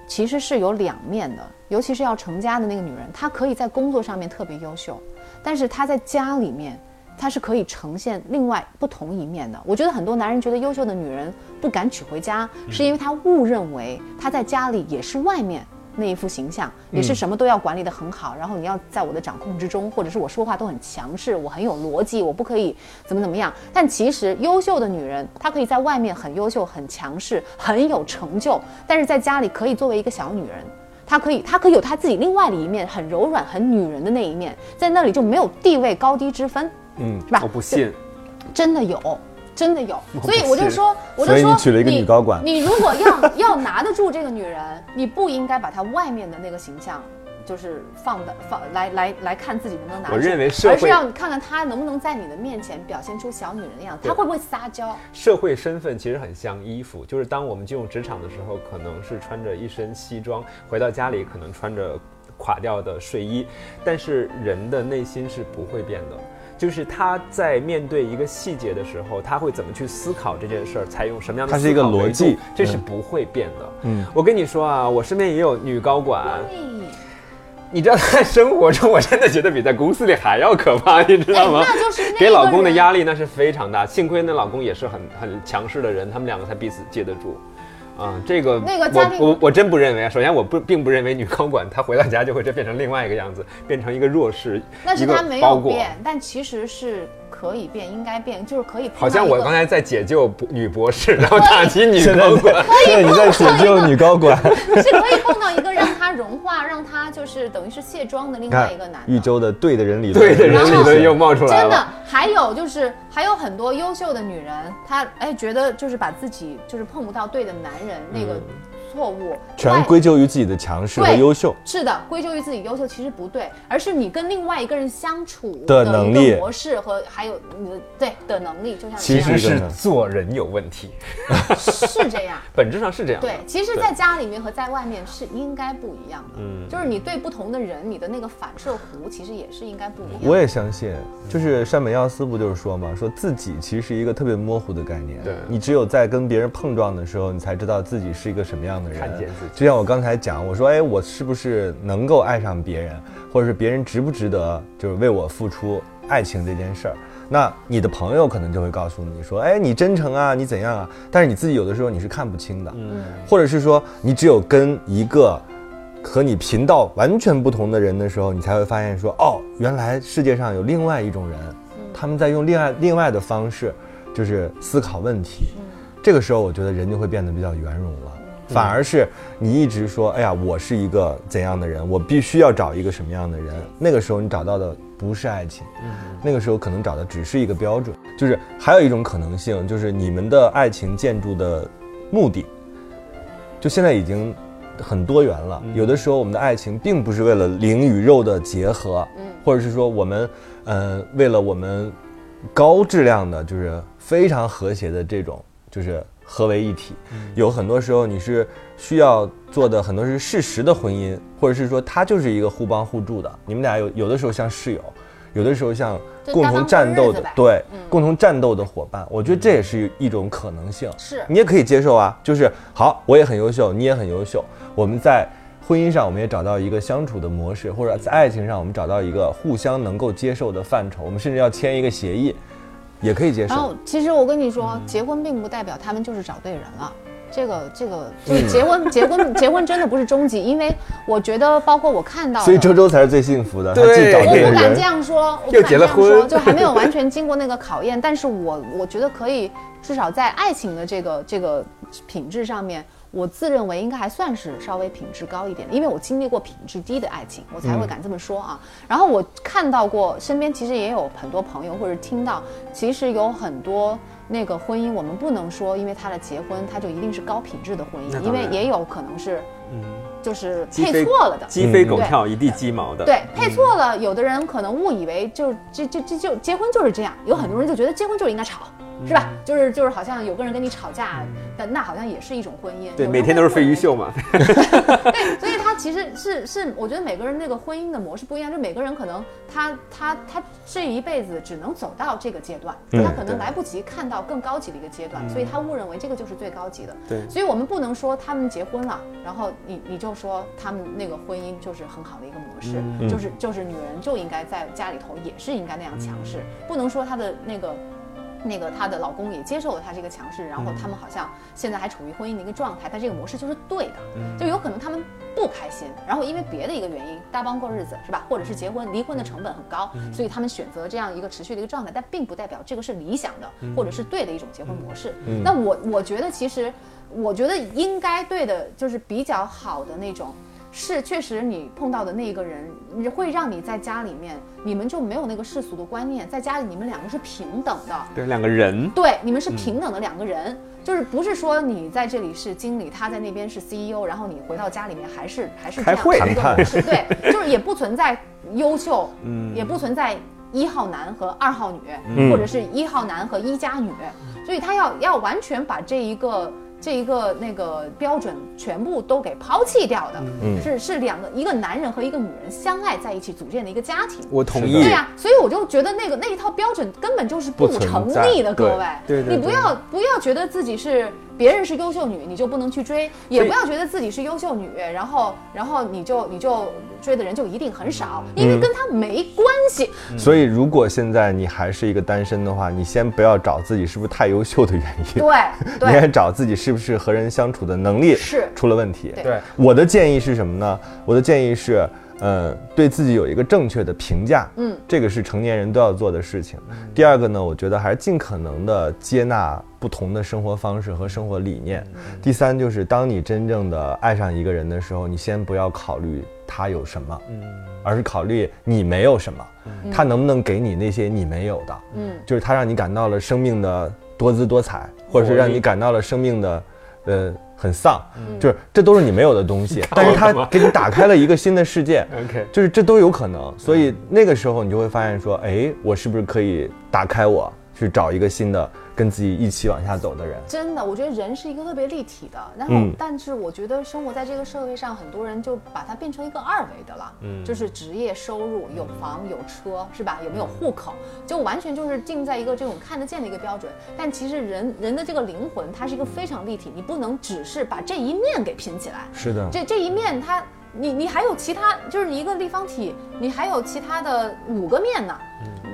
其实是有两面的，尤其是要成家的那个女人，她可以在工作上面特别优秀，但是她在家里面，她是可以呈现另外不同一面的。我觉得很多男人觉得优秀的女人不敢娶回家，是因为他误认为她在家里也是外面。那一副形象也是什么都要管理的很好，然后你要在我的掌控之中，或者是我说话都很强势，我很有逻辑，我不可以怎么怎么样。但其实优秀的女人，她可以在外面很优秀、很强势、很有成就，但是在家里可以作为一个小女人，她可以，她可以有她自己另外的一面，很柔软、很女人的那一面，在那里就没有地位高低之分，
嗯，
是吧？
我不信，
真的有，真的有。
不
所以我就
信
说，我就
所以
说，
你娶了一个女高管
你如果要 要拿得住这个女人，你不应该把她外面的那个形象。就是放的放来来来看自己能不能拿住，
我认为社会
而是让你看看她能不能在你的面前表现出小女人的样子，她会不会撒娇？
社会身份其实很像衣服，就是当我们进入职场的时候，可能是穿着一身西装，回到家里可能穿着垮掉的睡衣，但是人的内心是不会变的。就是他在面对一个细节的时候，他会怎么去思考这件事儿，采用什么样的
它
思
是一个
考维
逻
度
辑
这是
嗯
不会变的。
嗯
嗯，我跟你说啊，我身边也有女高管，
嗯
你知道，在生活中，我真的觉得比在公司里还要可怕，你知道吗？
哎那就是那个
给老公的压力那是非常大，幸亏那老公也是很很强势的人，他们两个才彼此接得住。
啊、这个
那个家
我
庭
我我真不认为啊。首先，我不并不认为女高管她回到家就会这变成另外一个样子，变成一个弱势，
那是
一个
他没
包
有
裹。
变，但其实是可以变，应该变，就是可以碰到
好像
一
我
个
刚才在解救博女博士，然后打击女
现在
高
你
管
在，现在你在解 救女高管。
是可以碰到一个让他融化，让他就是等于是卸妆的 另
你看
外一个男
豫
的。
州的对的人理论，
对的人理论又冒出来
真的
了。，
还有就是还有很多优秀的女人，她哎觉得就是把自己就是碰不到对的男人那个错误，
嗯全
外
归咎于自己的强势和
对
优秀。
是的归咎于自己优秀其实不对，而是你跟另外一个人相处
的
一个
能力
模式和还有你的对的能力，就像
其
你
实
讲
实
是
是做人有问题，
的是这样。
本质上是这样的。
对，其实，
对
在家里面和在外面是应该不一样的，
嗯
就是你对不同的人，你的那个反射弧其实也是应该不一样的。
我也相信，就是山本耀司不就是说嘛，说自己其实是一个特别模糊的概念。
对
你只有在跟别人碰撞的时候，你才知道自己是一个什么样的人。
看见自己
就像我刚才讲，我说，哎，我是不是能够爱上别人，或者是别人值不值得，就是为我付出爱情这件事儿。那你的朋友可能就会告诉你说，哎，你真诚啊，你怎样啊？但是你自己有的时候你是看不清的，
嗯
或者是说你只有跟一个和你频道完全不同的人的时候，你才会发现说，哦，原来世界上有另外一种人，
嗯
他们在用另外另外的方式，就是思考问题。
嗯
这个时候，我觉得人就会变得比较圆融了。反而是你一直说，哎呀，我是一个怎样的人，我必须要找一个什么样的人。那个时候你找到的不是爱情，那个时候可能找的只是一个标准。就是还有一种可能性，就是你们的爱情建筑的目的，就现在已经很多元了。有的时候我们的爱情并不是为了灵与肉的结合，
嗯
或者是说我们，呃，为了我们呃高质量的，就是非常和谐的这种，就是合为一体。有很多时候你是需要做的，很多是事实的婚姻，或者是说它就是一个互帮互助的。你们俩有有的时候像室友，有的时候像
就
共
搭
同
档
战
过
斗
日子
的
呗，嗯
对，共同战斗的伙伴。我觉得这也是一种可能性。
是
你也可以接受啊，就是好，我也很优秀，你也很优秀，我们在婚姻上我们也找到一个相处的模式，或者在爱情上我们找到一个互相能够接受的范畴，我们甚至要签一个协议，也可以接
然
受嗯
后。，其实我跟你说，结婚并不代表他们就是找对人了。这个这个
嗯
就是结婚，结婚， 结婚真的不是终极，因为我觉得，包括我看到的，
所以周周才是最幸福的，他
对
既找
我
对
不
了
敢
人
这，样说，我不
又
敢
结了
这样说
婚
就还没有完全经过那个考验。但是我我觉得可以，至少在爱情的这个这个品质上面，我自认为应该还算是稍微品质高一点的，因为我经历过品质低的爱情，我才
嗯
会敢这么说啊。然后我看到过身边其实也有很多朋友，或者听到，其实有很多。那个婚姻，我们不能说，因为他的结婚，他就一定是高品质的婚姻，因为也有可能是，就是
嗯鸡
配
飞
错了的，
鸡飞
嗯
狗跳，一地鸡毛的。嗯
对，配错了，有的人可能误以为就这这这就结婚就是这样，有很多人就觉得结婚就是应该吵，
嗯
是吧？就是就是好像有个人跟你吵架，但那好像也是一种婚姻。
对，
有人
每天都是
会
飞鱼
认为
秀嘛。
对，所以他其实是是，我觉得每个人那个婚姻的模式不一样，就每个人可能他他他这一辈子只能走到这个阶段，他可能来不及看到更高级的一个阶段，所以他误认为这个就是最高级的。
对
所以我们不能说他们结婚了，然后你你就说他们那个婚姻就是很好的一个模式，就是就是女人就应该在家里头也是应该那样强势，不能说她的那个。那个她的老公也接受了她这个强势，然后他们好像现在还处于婚姻的一个状态，但这个模式就是对的，就有可能他们不开心，然后因为别的一个原因搭帮过日子是吧？或者是结婚离婚的成本很高，所以他们选择这样一个持续的一个状态，但并不代表这个是理想的或者是对的一种结婚模式。那我我觉得其实，我觉得应该对的就是比较好的那种。是，确实你碰到的那个人，你会让你在家里面，你们就没有那个世俗的观念，在家里你们两个是平等的，
对，两个人。
对，你们是平等的两个人，就是不是说你在这里是经理，他在那边是 CEO，然后你回到家里面还是还是这
开
样
会
的一个
谈判
模式对，就是也不存在优秀，也不存在一号男和二号女，或者是一号男和一加女，所以他要要完全把这一个。这一个那个标准全部都给抛弃掉的，是是两个一个男人和一个女人相爱在一起组建的一个家庭。
我同
是的
意
对。呀、所以我就觉得那个那一套标准根本就是不
不存
成
在
立的，各
对
位。
对对
你不
对
要不要觉得自己是别人是优秀女，你就不能去追；也不要觉得自己是优秀女，然后然后你就你就追的人就一定很少，因为跟他没关系。
所以，如果现在你还是一个单身的话，你先不要找自己是不是太优秀的原 因，
对
你
对
先找自己是不是和人相处的能力
是
出了问题。
对
对，
我的建议是什么呢？我的建议是，呃，对自己有一个正确的评价，
嗯，
这个是成年人都要做的事情。第二个呢，我觉得还是尽可能的接纳不同的生活方式和生活理念。第三就是，当你真正的爱上一个人的时候，你先不要考虑他有什么，
嗯
嗯
而是考虑你没有什么，他能不能给你那些你没有的，
嗯，
就是他让你感到了生命的多姿多彩，或者是让你感到了生命的，呃，很丧，
嗯
就是这都是你没有的东西，但 是他给你打开了一个新的世界，
OK，
就是这都有可
嗯
能，所以那个时候你就会发现说，哎，我是不是可以打开我去找一个新的跟自己一起往下走的人？
真的，我觉得人是一个特别立体的，然后、
嗯
但是我觉得生活在这个社会上，很多人就把它变成一个二维的了，就是职业、收入、有房有车，是吧？有没有户口，就完全就是定在一个这种看得见的一个标准。但其实人人的这个灵魂，它是一个非常立体，你不能只是把这一面给拼起来，
是的，
这这一面它，你你还有其他，就是一个立方体，你还有其他的五个面呢。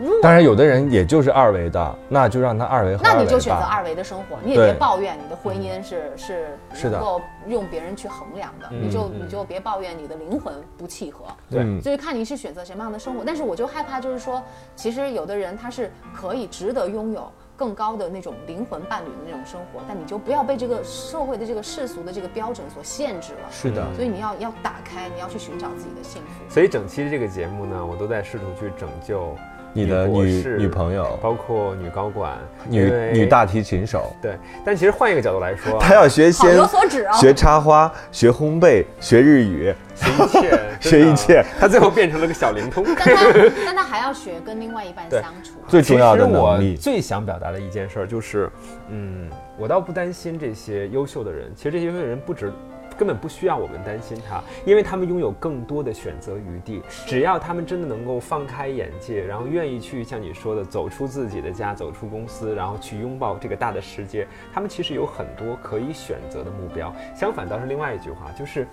如果
当然有的人也就是二维的，那就让他二维和
那
二
你
维
就选择
吧。
二维的生活，你也
对嗯
别抱怨你的婚姻是是
是的嗯
能够用别人去衡量的，你就你就别抱怨你的灵魂不契合。
对，
就是看你是选择什么样的生活，但是我就害怕，就是说，其实有的人他是可以值得拥有更高的那种灵魂伴侣的那种生活，但你就不要被这个社会的这个世俗的这个标准所限制了。
是的，
所以你要要打开，你要去寻找自己的幸福。
所以整期这个节目呢，我都在试图去拯救
你的
博
女
士
女朋友
包括女高管、
女
因为
女大提琴手，
对。但其实换一个角度来说啊，
她要学
好
先
有所指啊
学插花，学烘焙，学日语，
学
学
一切，真的
一切，
他最后变成了个小灵通。
但他但他还要学跟另外一半
对
相处。
最重要的
其实我
能力。
最想表达的一件事儿就是，嗯，我倒不担心这些优秀的人，其实这些优秀的人不止。根本不需要我们担心他，因为他们拥有更多的选择余地。只要他们真的能够放开眼界，然后愿意去像你说的，走出自己的家，走出公司，然后去拥抱这个大的世界，他们其实有很多可以选择的目标。相反，倒是另外一句话，就是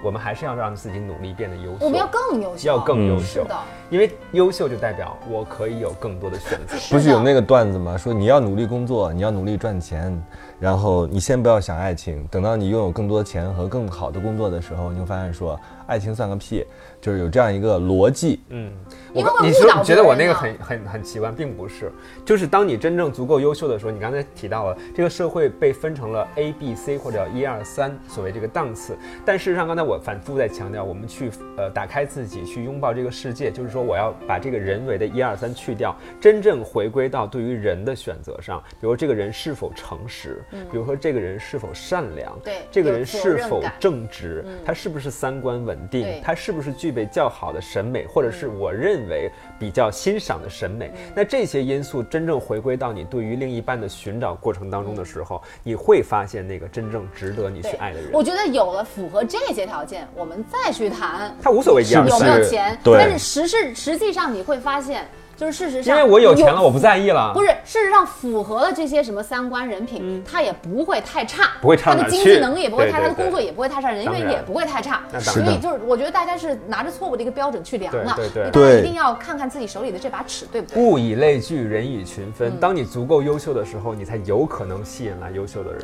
我们还是要让自己努力变得优秀，
我们要更优秀，
要更优
是
秀，
的，
因为优秀就代表我可以有更多的选择。
不是有
的
那个段子吗？说你要努力工作，你要努力赚钱，然后你先不要想爱情，等到你拥有更多钱和更好的工作的时候，你就发现说爱情算个屁，就是有这样一个逻辑。
嗯，
因为
刚
会
你
误
是不
导
是觉
别
得我
人
那个
啊
很很很奇怪，并不是，就是当你真正足够优秀的时候，你刚才提到了这个社会被分成了 A、B、C 或者一二三所谓这个档次，但事实上刚才我反复在强调，我们去呃打开自己，去拥抱这个世界，就是说我要把这个人为的一二三去掉，真正回归到对于人的选择上，比如这个人是否诚实，比如说这个人是否善良，
嗯对
这个
有
人
责
是
任
否
感
正直，他是不是三观稳定
嗯对，嗯
他是不是具备较好的审美，或者是我认为比较欣赏的审美。那这些因素真正回归到你对于另一半的寻找过程当中的时候，你会发现那个真正值得你去爱的人。
嗯我觉得有了符合这些条件，我们再去谈
他无所谓一
是
二
不
有
是
没有钱。
对
但是实是实际上你会发现，就是事实
因
上，
为我有钱了，我不在意了。
不是，事实上符合了这些什么三观人品，他也不会太差，
嗯不会差
他
哪
的
儿
经济
去
能力也不会
对
太差，
对
他的工作也不会太差，人
当
缘
然
也不会太差。
那当
所
然
以就是，我觉得大家是拿着错误的一个标准去量了，
对对对
你当然
对
一定要看看自己手里的这把尺，对不对？
物以类聚，人以群分。
嗯
当你足够优秀的时候，你才有可能吸引来优秀的人。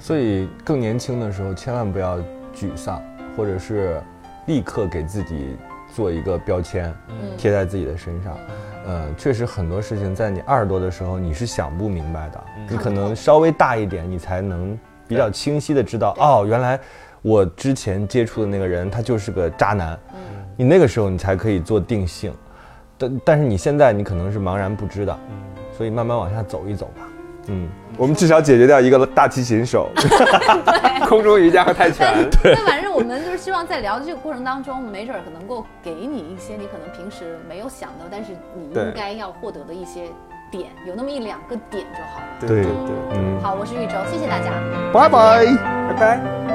所以更年轻的时候千万不要沮丧，或者是立刻给自己做一个标签，贴在自己的身上。呃，确实很多事情在你二十多的时候你是想不明白的，你可能稍微大一点，你才能比较清晰的知道，哦，原来我之前接触的那个人他就是个渣男。你那个时候你才可以做定性，但但是你现在你可能是茫然不知的，所以慢慢往下走一走吧。嗯，我们至少解决掉一个大提琴手。
哎
空中瑜伽和泰拳。
但反正我们就是希望在聊的这个过程当中，没准儿可能够给你一些你可能平时没有想到，但是你
对
应该要获得的一些点，有那么一两个点就好了。
对
对对，
嗯，
好，我是玉州，谢谢大家。
拜拜。
拜拜。